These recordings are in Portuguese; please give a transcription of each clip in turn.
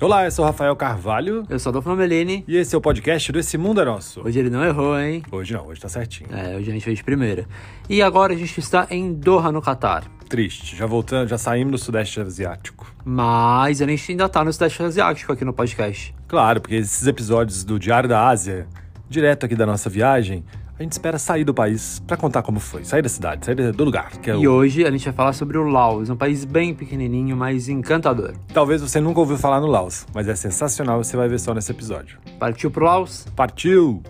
Olá, eu sou o Rafael Carvalho Eu sou o Adolfo Melini. e esse é o podcast do Esse Mundo é Nosso. Hoje ele não errou, hein? Hoje não, hoje tá certinho. É, hoje a gente fez primeira. E agora a gente está em Doha, no Catar. Triste, já voltando, já saímos do Sudeste Asiático. Mas a gente ainda tá no Sudeste Asiático aqui no podcast. Claro, porque esses episódios do Diário da Ásia, direto aqui da nossa viagem, a gente espera sair do país pra contar como foi, sair da cidade, sair do lugar, que é E o... hoje a gente vai falar sobre o Laos, um país bem pequenininho, mas encantador. Talvez você nunca ouviu falar no Laos, mas é sensacional, você vai ver só nesse episódio. Partiu pro Laos? Partiu!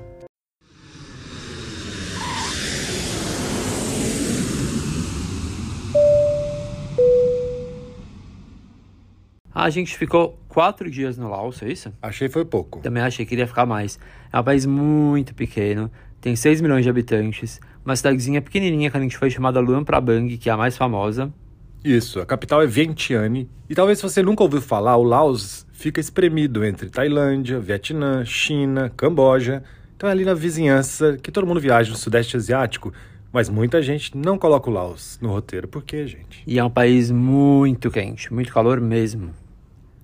A gente ficou quatro dias no Laos, é isso? Achei foi pouco. Também achei que iria ficar mais. É um país muito pequeno, tem 6 milhões de habitantes, uma cidadezinha pequenininha que a gente foi chamada Luang Prabang, que é a mais famosa. Isso, a capital é Vientiane. E talvez se você nunca ouviu falar, o Laos fica espremido entre Tailândia, Vietnã, China, Camboja. Então é ali na vizinhança que todo mundo viaja no Sudeste Asiático, mas muita gente não coloca o Laos no roteiro. Por quê, gente? E é um país muito quente, muito calor mesmo.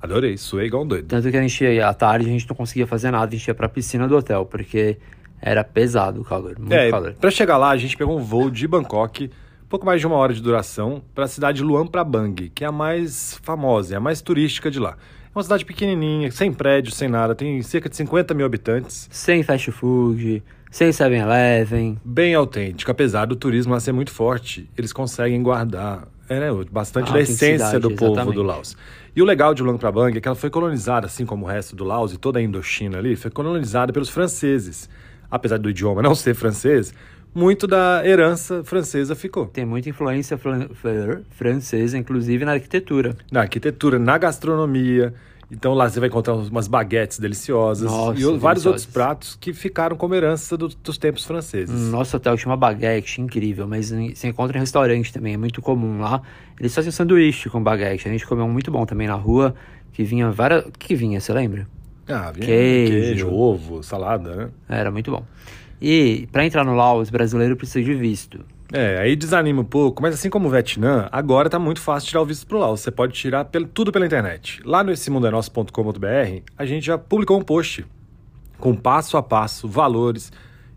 Adorei, suei igual um doido. Tanto que a gente ia à tarde, a gente não conseguia fazer nada, a gente ia pra piscina do hotel, porque era pesado o calor, muito É, calor. pra chegar lá, a gente pegou um voo de Bangkok, pouco mais de uma hora de duração, pra cidade de Luang Prabang, que é a mais famosa, é a mais turística de lá. É uma cidade pequenininha, sem prédio, sem nada, tem cerca de 50 mil habitantes. Sem fast food, sem 7-Eleven. bem autêntico, apesar do turismo lá ser muito forte, eles conseguem guardar é, né, bastante A da essência autenticidade, do povo exatamente. do Laos. E o legal de Luang Prabang é que ela foi colonizada, assim como o resto do Laos e toda a Indochina ali, foi colonizada pelos franceses. Apesar do idioma não ser francês, muito da herança francesa ficou. Tem muita influência fran- fr- francesa, inclusive na arquitetura. Na arquitetura, na gastronomia. Então lá você vai encontrar umas baguetes deliciosas Nossa, e o- vários deliciosas. outros pratos que ficaram como herança do- dos tempos franceses. Nosso hotel chama baguete, incrível, mas em- você encontra em restaurante também, é muito comum lá. Eles fazem sanduíche com baguete. A gente comeu um muito bom também na rua, que vinha várias. O que que vinha, você lembra? Ah, vinha Queijo. queijo, ovo, salada, né? Era muito bom. E pra entrar no Laos, brasileiro precisa de visto. É, aí desanima um pouco, mas assim como o Vietnã, agora tá muito fácil tirar o visto pro Laos. Você pode tirar pelo- tudo pela internet. Lá no essemundanosso.com.br, a gente já publicou um post com passo a passo, valores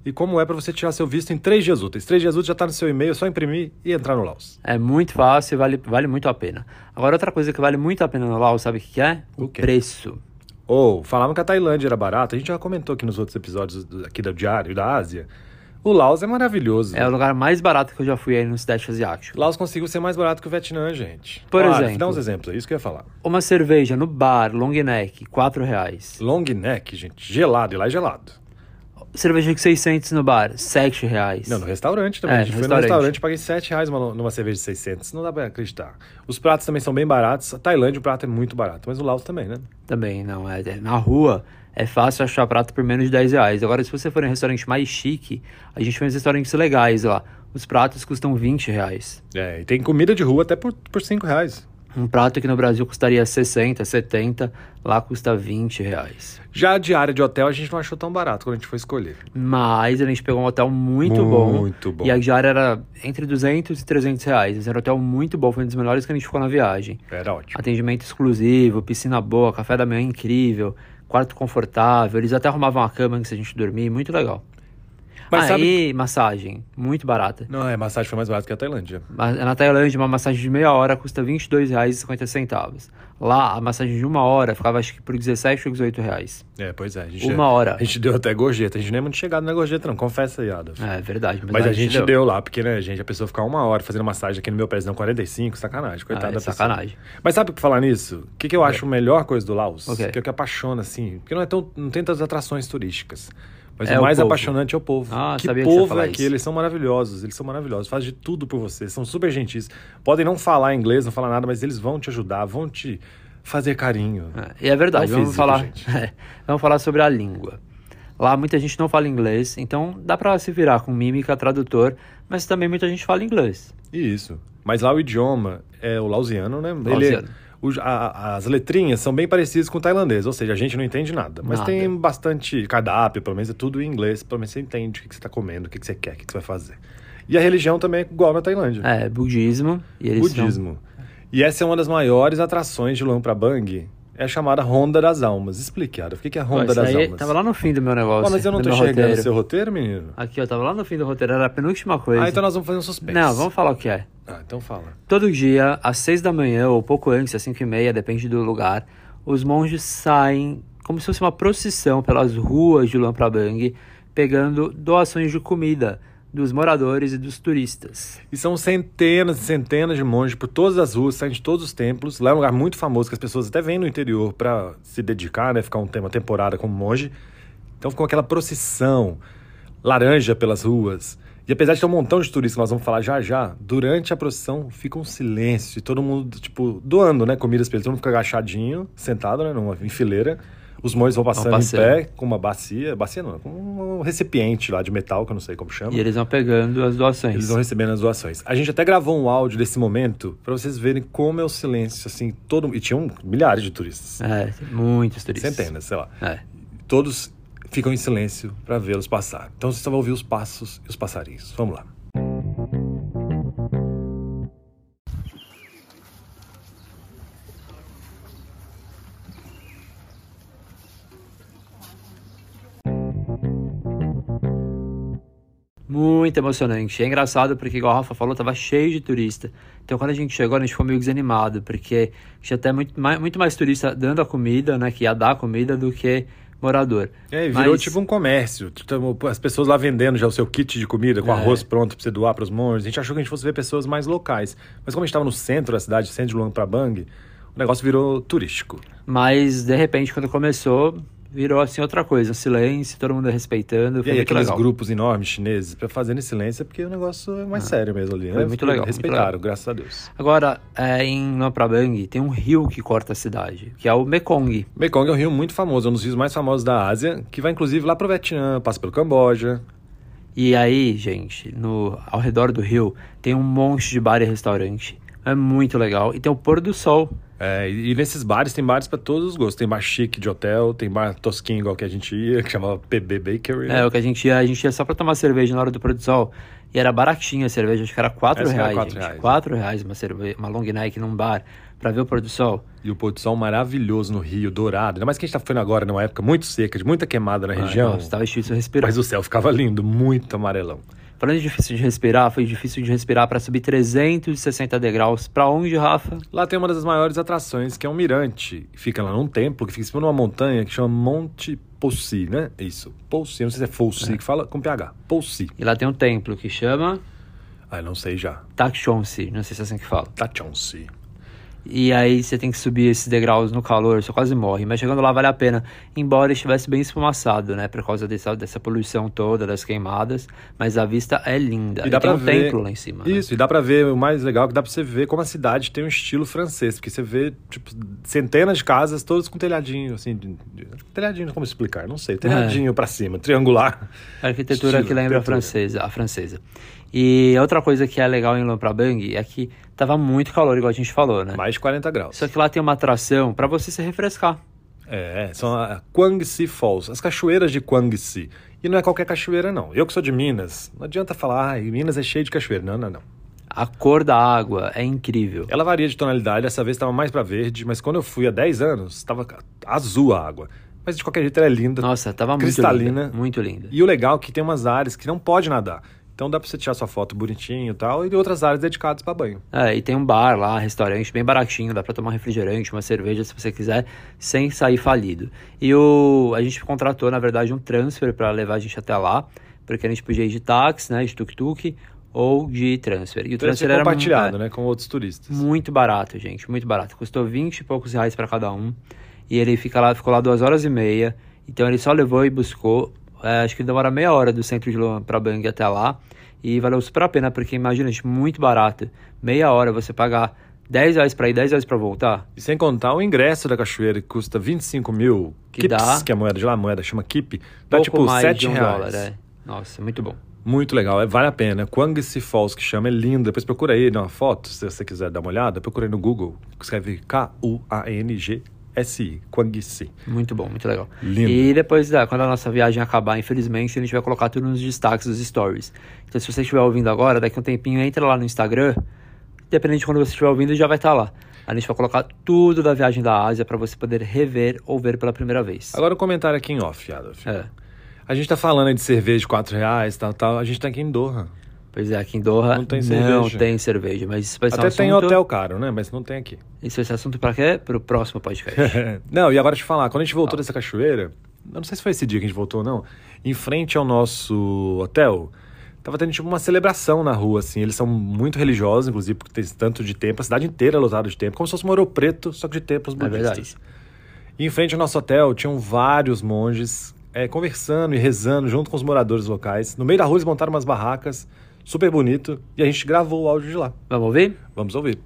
e como é para você tirar seu visto em três dias úteis. Três dias úteis já tá no seu e-mail, é só imprimir e entrar no Laos. É muito fácil e vale, vale muito a pena. Agora, outra coisa que vale muito a pena no Laos, sabe o que, que é? O quê? preço. Ou, falavam que a Tailândia era barata, a gente já comentou aqui nos outros episódios do- aqui do Diário da Ásia. O Laos é maravilhoso. É o lugar mais barato que eu já fui aí no Sudeste Asiático. Laos conseguiu ser mais barato que o Vietnã, gente. Por Claro, exemplo. Dá uns exemplos, é isso que eu ia falar. Uma cerveja no bar, long neck, 4 reais. Long neck, gente, gelado, e lá é gelado. Cerveja de 600 no bar, 7 reais. Não, no restaurante também. É, a gente no foi no restaurante. restaurante, paguei 7 reais uma- numa cerveja de 600. Não dá pra acreditar. Os pratos também são bem baratos. A Tailândia o prato é muito barato, mas o Laos também, né? Também não, é, é- na rua é fácil achar prato por menos de 10 reais. Agora, se você for em um restaurante mais chique, a gente foi em restaurantes legais lá. Os pratos custam 20 reais. É, e tem comida de rua até por, por 5 reais. Um prato que no Brasil custaria 60, 70, lá custa 20 reais. Já a diária de hotel a gente não achou tão barato quando a gente foi escolher. Mas a gente pegou um hotel muito, Muito bom. E a diária era entre 200 e 300 reais. Esse era um hotel muito bom, foi um dos melhores que a gente ficou na viagem. Era ótimo. Atendimento exclusivo, piscina boa, café da manhã incrível, quarto confortável. Eles até arrumavam a cama antes da gente dormir, muito legal. Mas Aí, sabe. massagem, muito barata. Não, é, a massagem foi mais barata que a Tailândia. Mas Na Tailândia, uma massagem de meia hora custa R$ 22,50. Lá, a massagem de uma hora ficava acho que por 17 ou 18 reais. É, pois é. A gente, Uma hora. A gente deu até gorjeta. A gente nem é muito chegado na gorjeta, não. Confessa aí, Adolf. É verdade. Mas a gente deu. lá, porque, né, gente, a pessoa ficar uma hora fazendo massagem aqui no meu pezinho 45, sacanagem. Coitada Ah, é da pessoa. sacanagem. Mas sabe o que falar nisso? O que, que eu acho a melhor coisa do Laos? Ok. Que é o que apaixona, assim. Porque não, é tão, não tem tantas atrações turísticas. Mas É o o mais povo. apaixonante é o povo. Ah, que sabia que você ia povo falar é que isso. eles são maravilhosos, eles são maravilhosos, fazem de tudo por você, são super gentis. Podem não falar inglês, não falar nada, mas eles vão te ajudar, vão te fazer carinho. É, E é verdade, Não vamos um físico, falar. gente. É, vamos falar sobre a língua. Lá muita gente não fala inglês, então dá pra se virar com mímica, tradutor, mas também muita gente fala inglês. E isso. Mas lá o idioma é o lausiano, né? Ele- Lausiano. o- a- as letrinhas são bem parecidas com o tailandês, ou seja, a gente não entende nada. Mas Nada. tem bastante cardápio, pelo menos é tudo em inglês, pelo menos você entende o que que você está comendo, o que que você quer, o que que você vai fazer. E a religião também é igual na Tailândia. É, budismo e eles são- Budismo. E essa é uma das maiores atrações de Luang Prabang. é a chamada Ronda das Almas. Explique, Ara, o que que é a Ronda Isso das aí Almas? Tava lá no fim do meu negócio. Pô, mas eu não do tô meu enxergando roteiro. seu roteiro, menino. Aqui, ó, tava lá no fim do roteiro, era a penúltima coisa. Ah, então nós vamos fazer um suspense. Não, vamos falar o que é. Ah, então fala. Todo dia, às seis da manhã, ou pouco antes, às cinco e meia, depende do lugar, os monges saem como se fosse uma procissão pelas ruas de Lampabang, pegando doações de comida dos moradores e dos turistas. E são centenas e centenas de monges por todas as ruas, saem de todos os templos. Lá é um lugar muito famoso que as pessoas até vêm no interior pra se dedicar, né? Ficar um tema temporada como monge. Então ficou aquela procissão laranja pelas ruas. E apesar de ter um montão de turistas, que nós vamos falar já já, durante a procissão fica um silêncio e todo mundo, tipo, doando, né? Comidas pra eles. Todo mundo fica agachadinho, sentado, né? Numa, em fileira. Os monges vão passando em passeio. pé com uma bacia. Bacia não, com um recipiente lá de metal, que eu não sei como chama. E eles vão pegando as doações. Eles vão recebendo as doações. A gente até gravou um áudio desse momento pra vocês verem como é o silêncio, assim, todo e tinham milhares de turistas, É, tem muitos turistas. centenas, sei lá. É. Todos ficam em silêncio pra vê-los passar. Então vocês só vão ouvir os passos e os passarinhos. Vamos lá. Muito emocionante. É engraçado porque, igual a Rafa falou, tava cheio de turista. Então, quando a gente chegou, a gente ficou meio desanimado, porque tinha até muito mais, muito mais turista dando a comida, né, que ia dar a comida, do que morador. É, e virou Mas- tipo um comércio. Tipo, As pessoas lá vendendo já o seu kit de comida com É. arroz pronto pra você doar pros monges. A gente achou que a gente fosse ver pessoas mais locais. Mas como a gente tava no centro da cidade, centro de Luang Prabang, o negócio virou turístico. Mas, de repente, quando começou, virou, assim, outra coisa. Um silêncio, todo mundo respeitando. E Foi aí, muito aqueles legal. grupos enormes chineses para fazerem silêncio é porque o negócio é mais sério mesmo ali, né? Ah, Foi muito legal, muito Respeitaram, legal. graças a Deus. Agora, é, em Prabang tem um rio que corta a cidade, que é o Mekong. Mekong é um rio muito famoso, é um dos rios mais famosos da Ásia, que vai inclusive lá pro Vietnã, passa pelo Camboja. E aí, gente, no, ao redor do rio tem um monte de bar e restaurante. É muito legal. E tem o pôr do sol. É, e e nesses bares tem bares para todos os gostos. Tem bar chique de hotel, tem bar tosquinho igual que a gente ia, que chamava PB Bakery. né? É, o que a gente ia, a gente ia só pra tomar cerveja na hora do pôr do sol. E era baratinha a cerveja, acho que era 4 Essa era reais, quatro gente. reais, né? 4 reais uma, cerveja, uma long neck num bar pra ver o pôr do sol. E o pôr do sol maravilhoso no Rio, dourado. Ainda mais que a gente tá ficando agora numa época muito seca, de muita queimada na região. Nossa, tava difícil respirar. mas o céu ficava lindo, muito amarelão. Falando de difícil de respirar, foi difícil de respirar pra subir 360 degraus. Pra onde, Rafa? Lá tem uma das maiores atrações, que é um mirante. Fica lá num templo, que fica em cima de uma montanha, que chama Monte Poussi, né? Isso, Poussi. Eu não sei se é Foussi que fala, com PH. Poussi. E lá tem um templo que chama Ah, eu não sei já. Tá Takshonsi, não sei se é assim que fala. Tachonsi. E aí você tem que subir esses degraus no calor, você quase morre. Mas chegando lá vale a pena, embora estivesse bem esfumaçado, né? Por causa dessa, dessa poluição toda, das queimadas. Mas a vista é linda. E dá tem pra um ver- templo lá em cima. né? Isso, e dá pra ver, o mais legal é que dá pra você ver como a cidade tem um estilo francês, porque você vê, tipo, centenas de casas, todas com telhadinho, assim, de- de- telhadinho, como explicar? Não sei, telhadinho pra cima, triangular. A arquitetura Estilo, que lembra a arquitetura. francesa, a francesa. E outra coisa que é legal em Lamprabang é que tava muito calor, igual a gente falou, né? Mais de 40 graus. Só que lá tem uma atração pra você se refrescar. É, são a Quangsi Falls, as cachoeiras de Quangsi. E não é qualquer cachoeira, não. Eu que sou de Minas, não adianta falar, ah, Minas é cheio de cachoeira. Não, não, não. A cor da água é incrível. Ela varia de tonalidade, dessa vez estava mais para verde, mas quando eu fui há 10 anos, estava azul a água. Mas de qualquer jeito ela é linda. Nossa, tava muito Cristalina. linda. Muito linda. E o legal é que tem umas áreas que não pode nadar. Então dá pra você tirar sua foto bonitinho e tal, e outras áreas dedicadas para banho. É, e tem um bar lá, restaurante bem baratinho, dá pra tomar um refrigerante, uma cerveja se você quiser, sem sair falido. E o, a gente contratou, na verdade, um transfer pra levar a gente até lá, porque a gente podia ir de táxi, né, de tuk-tuk ou de transfer. E o Então, transfer ser era mu- compartilhado, é, né, com outros turistas. muito barato, gente, muito barato. Custou 20 e poucos reais pra cada um. E ele fica lá, ficou lá duas horas e meia. Então ele só levou e buscou. é, acho que demora meia hora do centro de Luan pra Bang até lá. E valeu super a pena, porque imagina, gente, muito barato. Meia hora você pagar 10 reais pra ir, 10 reais pra voltar. E sem contar o ingresso da cachoeira, que custa 25 mil Que kips, dá- que é a moeda de lá, a moeda chama kip, dá pouco tipo mais 7 de um reais. dólar. É. Nossa, muito bom. Muito legal, é, vale a pena. Kwangsi Falls, que chama, é lindo. Depois procura aí na foto, se você quiser dar uma olhada, procura aí no Google, escreve K-U-A-N-G-S-I, Kwangsi. Muito bom, muito legal. Lindo. E depois, da, quando a nossa viagem acabar, infelizmente, a gente vai colocar tudo nos destaques dos stories. Então, se você estiver ouvindo agora, daqui a um tempinho, entra lá no Instagram. Dependendo de quando você estiver ouvindo, já vai estar lá. A gente vai colocar tudo da viagem da Ásia para você poder rever ou ver pela primeira vez. Agora o comentário aqui em off, Adolf. É. A gente tá falando aí de cerveja de 4 reais, tal, tal. A gente tá aqui em Doha. Pois é, aqui em Doha Não tem não cerveja. tem cerveja, mas isso vai ser um Até tem assunto- hotel caro, né? Mas não tem aqui. Isso vai ser assunto para quê? Para o próximo podcast. não, e agora te falar, quando a gente voltou dessa cachoeira, eu não sei se foi esse dia que a gente voltou ou não, em frente ao nosso hotel, tava tendo tipo uma celebração na rua, assim. Eles são muito religiosos, inclusive, porque tem esse tanto de tempo, a cidade inteira é lotada de tempo, como se fosse um ouro preto, só que de templos Na budistas. É verdade. E em frente ao nosso hotel tinham vários monges é, conversando e rezando junto com os moradores locais. No meio da rua eles montaram umas barracas, super bonito, e a gente gravou o áudio de lá. Vamos ouvir? Vamos ouvir.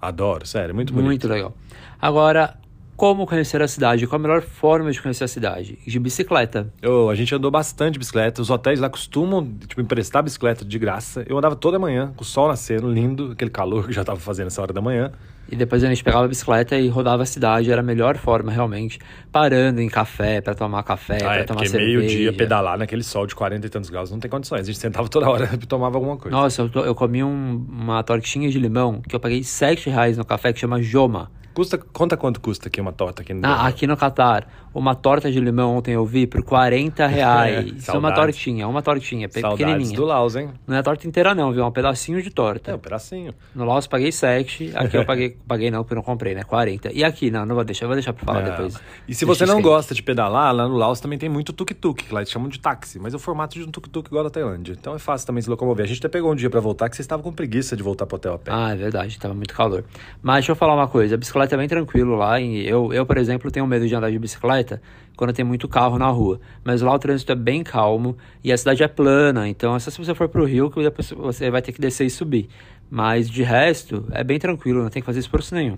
Adoro, sério, muito bonito. Muito legal. Agora, como conhecer a cidade? Qual a melhor forma de conhecer a cidade? De bicicleta. Eu- a gente andou bastante de bicicleta. Os hotéis lá costumam tipo, emprestar bicicleta de graça. Eu andava toda manhã, com o sol nascendo, lindo, aquele calor que já tava fazendo essa hora da manhã. E depois a gente pegava a bicicleta e rodava a cidade. Era a melhor forma, realmente. Parando em café, para tomar café, Ah, para é, tomar porque cerveja. meio-dia pedalar naquele sol de 40 e tantos graus não tem condições. A gente sentava toda hora e tomava alguma coisa. Nossa, eu, to- eu comi um- uma tortinha de limão que eu paguei R$ 7 reais no café que chama Joma. Custa, conta quanto custa aqui uma torta aqui no Na- Brasil. Ah, aqui no Catar, uma torta de limão ontem eu vi por 40 reais. Isso é uma saudades. tortinha, uma tortinha, pe- Saudades é pequenininha. do Laos, hein? Não é a torta inteira não, viu? É um pedacinho de É, um torta. pedacinho. No Laos paguei 7, aqui eu paguei, paguei não, porque eu não comprei, né? 40. E aqui, não, não vou deixar, eu vou deixar pra falar Não. depois. É. E se Deixa você não esquentar. gosta de pedalar, lá no Laos também tem muito tuk-tuk, que lá eles chamam de táxi, mas é o formato de um tuk-tuk igual da Tailândia. Então é fácil também se locomover. A gente até pegou um dia pra voltar que vocês estavam com preguiça de voltar pro hotel a pé. Ah, é verdade, tava muito calor. Mas deixa eu falar uma coisa, a bicicleta é bem tranquilo lá. E eu, eu, por exemplo, tenho medo de andar de bicicleta quando tem muito carro na rua. Mas lá o trânsito é bem calmo e a cidade é plana. Então, só se você for pro Rio, que depois você vai ter que descer e subir. Mas de resto, é bem tranquilo, não tem que fazer esforço nenhum.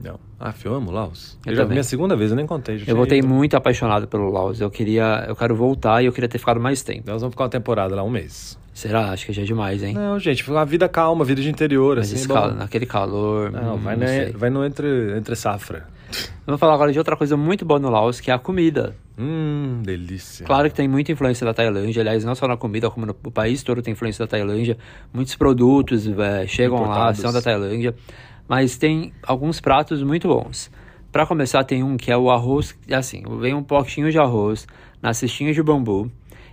Não. Ah, eu amo Laos. Eu Eu já, também. minha segunda vez, eu nem contei. já Eu tinha voltei ido. muito apaixonado pelo Laos. Eu queria, eu quero voltar e eu queria ter ficado mais tempo. Nós vamos ficar uma temporada lá, um mês. Será? Acho que já é demais, hein? Não, gente, foi uma vida calma, vida de interior, Mas assim. esse bom. calor, naquele calor. Não, hum, vai, não né, sei. vai no entre, entre safra. Vamos falar agora de outra coisa muito boa no Laos, que é a comida. Hum, delícia. Claro que tem muita influência da Tailândia, aliás, não só na comida, como no o país todo tem influência da Tailândia. Muitos produtos eh, chegam Importados. lá, são da Tailândia. Mas tem alguns pratos muito bons. Pra começar, tem um que é o arroz, é assim, vem um potinho de arroz na cestinha de bambu.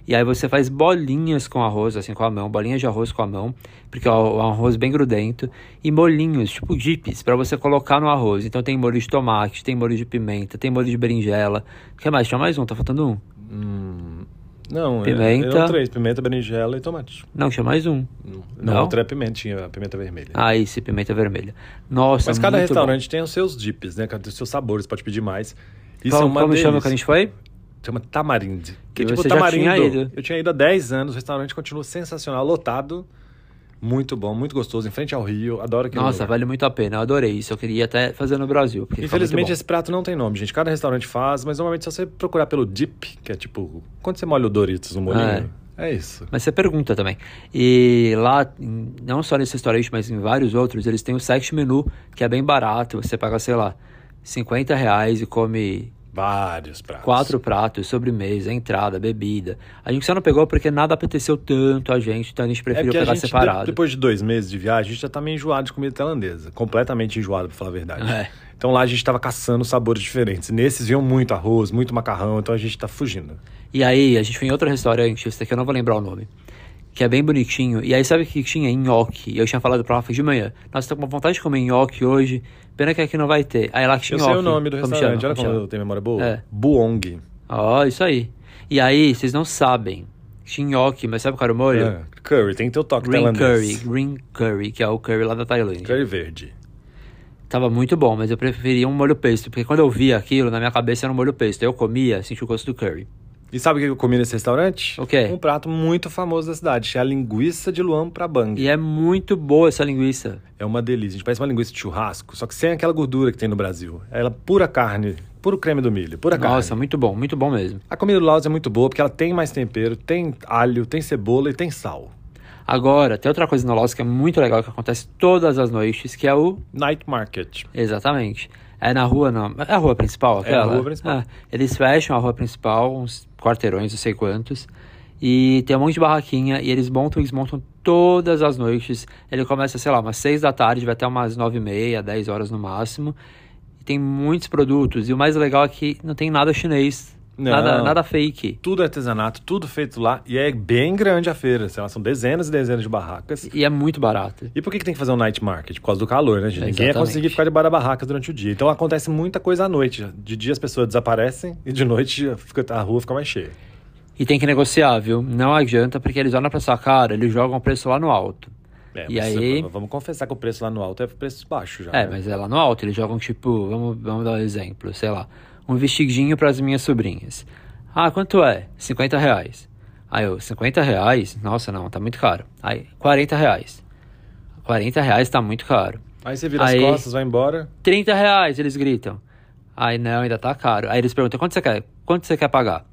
E aí você faz bolinhas com arroz, assim, com a mão, bolinhas de arroz com a mão, porque é um arroz bem grudento, e molhinhos, tipo dips, pra você colocar no arroz. Então tem molho de tomate, tem molho de pimenta, tem molho de berinjela. O que mais? Tinha mais um, tá faltando um. Hum, não, Pimenta. Pimenta. Eram três: pimenta, berinjela e tomate. Não, tinha mais um. Não, Não? outra é pimentinha, a pimenta vermelha. Ah, esse pimenta vermelha. Nossa, Mas cada muito restaurante tem os seus dips, né? Cada- Os seus sabores, pode pedir mais. bom. Isso é Como, uma como chama delícia. que a gente foi? Chama Tamarind. Que é E tipo você já tamarindo. tinha ido? Eu tinha ido há 10 anos, o restaurante continua sensacional, lotado. Muito bom, muito gostoso, em frente ao Rio. Adoro aquele Nossa, lugar. vale muito a pena. Eu adorei isso. Eu queria até fazer no Brasil. porque foi muito Infelizmente bom. esse prato não tem nome, gente. Cada restaurante faz, mas normalmente se você procurar pelo dip, que é tipo quando você molha o Doritos no molinho, é, isso. Mas você pergunta também. E lá, em- não só nesse restaurante, mas em vários outros, eles têm o set menu, que é bem barato. Você paga, sei lá, 50 reais e come Vários pratos. quatro pratos, sobremesa, entrada, bebida. A gente só não pegou porque nada apeteceu tanto a gente, então a gente É preferiu porque a pegar gente, de- separado. depois de dois meses de viagem, a gente já tá meio enjoado de comida tailandesa. Completamente enjoado, pra falar a verdade. É. Então lá a gente tava caçando sabores diferentes. Nesses vinham muito arroz, muito macarrão, então a gente tá fugindo. E aí, a gente foi em outro restaurante, esse daqui eu não vou lembrar o nome, que é bem bonitinho. E aí, sabe o que tinha? Nhoque. E eu tinha falado pra Rafa de manhã, nossa, tô com vontade de comer nhoque hoje, pena que aqui não vai ter. Aí lá tinha Eu nhoque. sei o nome do Como restaurante, chama? olha como Como eu tenho memória boa. É. Buong. chama? Ó, isso aí. E aí, vocês não sabem, tinha nhoque, mas sabe qual era o molho? É, Curry, tem que ter o toque Green curry, tailandês. green curry, que é o curry lá da Tailândia. Curry verde. Tava muito bom, mas eu preferia um molho pesto, porque quando eu via aquilo, na minha cabeça era um molho pesto. Eu comia, sentia o gosto do curry. E sabe o que eu comi nesse restaurante? O quê? Um prato muito famoso da cidade, que é a linguiça de Luang Prabang. E é muito boa essa linguiça. É uma delícia. A gente parece uma linguiça de churrasco, só que sem aquela gordura que tem no Brasil. Ela é pura carne, puro creme do milho, pura Nossa, carne. muito bom, muito bom mesmo. A comida do Laos é muito boa porque ela tem mais tempero, tem alho, tem cebola e tem sal. Agora, tem outra coisa no Laos que é muito legal, que acontece todas as noites, que é o... Night Market. Exatamente. É na rua, não. É a rua principal, É a aquela? rua principal. Ah, eles fecham a rua principal, uns quarteirões, não sei quantos. E tem um monte de barraquinha e eles montam e desmontam todas as noites. Ele começa, sei lá, umas seis da tarde, vai até umas nove e meia, dez horas no máximo. E tem muitos produtos. E o mais legal é que não tem nada chinês. Não. Nada, nada fake. Tudo artesanato, tudo feito lá. E é bem grande a feira. Sei lá, são dezenas e dezenas de barracas. E é muito barato. E por que, que tem que fazer um night market? Por causa do calor, né, gente? Ninguém ia Exatamente. conseguir ficar debaixo da barraca durante o dia. Então acontece muita coisa à noite. De dia as pessoas desaparecem e de noite fica- a rua fica mais cheia. E tem que negociar, viu? Não adianta, porque eles olham pra sua cara, eles jogam o preço lá no alto. É, E mas aí- Vamos confessar que o preço lá no alto é preço baixo já. É, né? mas é lá no alto, eles jogam tipo, vamos, vamos dar um exemplo, sei lá, um vestidinho para as minhas sobrinhas. Ah, quanto é? 50 reais. Aí eu, 50 reais? Nossa, não, tá muito caro. Aí, 40 reais. 40 reais tá muito caro. Aí você vira Aí- as costas, vai embora. 30 reais, eles gritam. Aí não, ainda tá caro. Aí eles perguntam, quanto você quer? Quanto você quer pagar?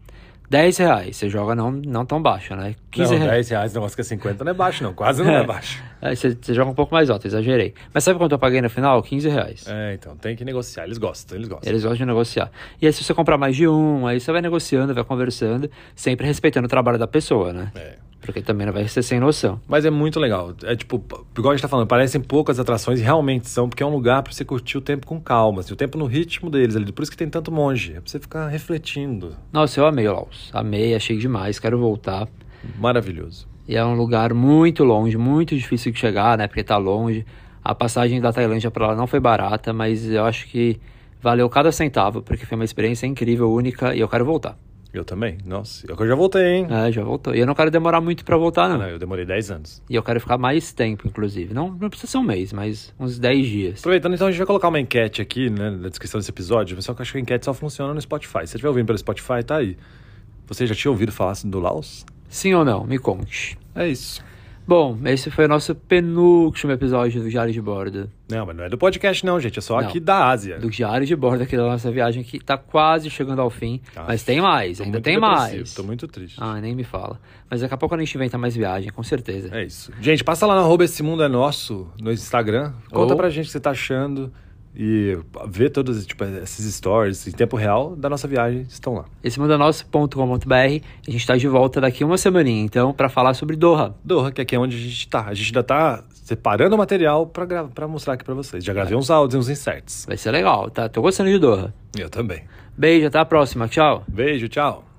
10 reais. Você joga não, não tão baixo, né? 15 não, reais. 10 reais, o negócio que é 50 não é baixo, não. Quase não é baixo. Aí você, você joga um pouco mais alto, exagerei. Mas sabe quanto eu paguei no final? 15 reais. É, então tem que negociar. Eles gostam, eles gostam. Eles gostam de negociar. E aí, se você comprar mais de um, aí você vai negociando, vai conversando, sempre respeitando o trabalho da pessoa, né? É. Porque também não vai ser sem noção. Mas é muito legal. É tipo, p- igual a gente tá falando, parecem poucas atrações e realmente são, porque é um lugar pra você curtir o tempo com calma, assim, o tempo no ritmo deles ali. Por isso que tem tanto monge. É pra você ficar refletindo. Nossa, eu amei o Laos. Amei, achei demais, quero voltar. Maravilhoso. E é um lugar muito longe, muito difícil de chegar, né? Porque tá longe. A passagem da Tailândia pra lá não foi barata, mas eu acho que valeu cada centavo, porque foi uma experiência incrível, única, e eu quero voltar. Eu também. Nossa, eu que eu já voltei, hein? É, já voltou. E eu não quero demorar muito pra voltar, Ah, não. não, eu demorei 10 anos. E eu quero ficar mais tempo, inclusive. Não, não precisa ser um mês, mas uns 10 dias. Aproveitando, então, a gente vai colocar uma enquete aqui, né, na descrição desse episódio, só que eu acho que a enquete só funciona no Spotify. Se você estiver ouvindo pelo Spotify, tá aí. Você já tinha ouvido falar do Laos? Sim ou não? Me conte. É isso. Bom, esse foi o nosso penúltimo episódio do Diário de Bordo. Não, mas não é do podcast, não, gente. É só Não. aqui da Ásia. Do Diário de Bordo aqui da nossa viagem que tá quase chegando ao fim. Tá. Mas tem mais, Tô ainda muito tem depressivo, mais. Tô muito triste. Ah, nem me fala. Mas daqui a pouco a gente inventa mais viagem, com certeza. É isso. Gente, passa lá na arroba Esse Mundo É Nosso no Instagram. Conta Ou- pra gente o que você tá achando e vê todos tipo, esses stories em tempo real da nossa viagem. Estão lá. Esse mundo é nosso.com.br. A gente tá de volta daqui uma semaninha, então, pra falar sobre Doha. Doha, que aqui é onde a gente tá. A gente ainda tá separando o material pra, gra- pra mostrar aqui pra vocês. Já gravei uns áudios e uns inserts. Vai ser legal, tá? Tô gostando de Doha. Eu também. Beijo, até a próxima. Tchau. Beijo, tchau.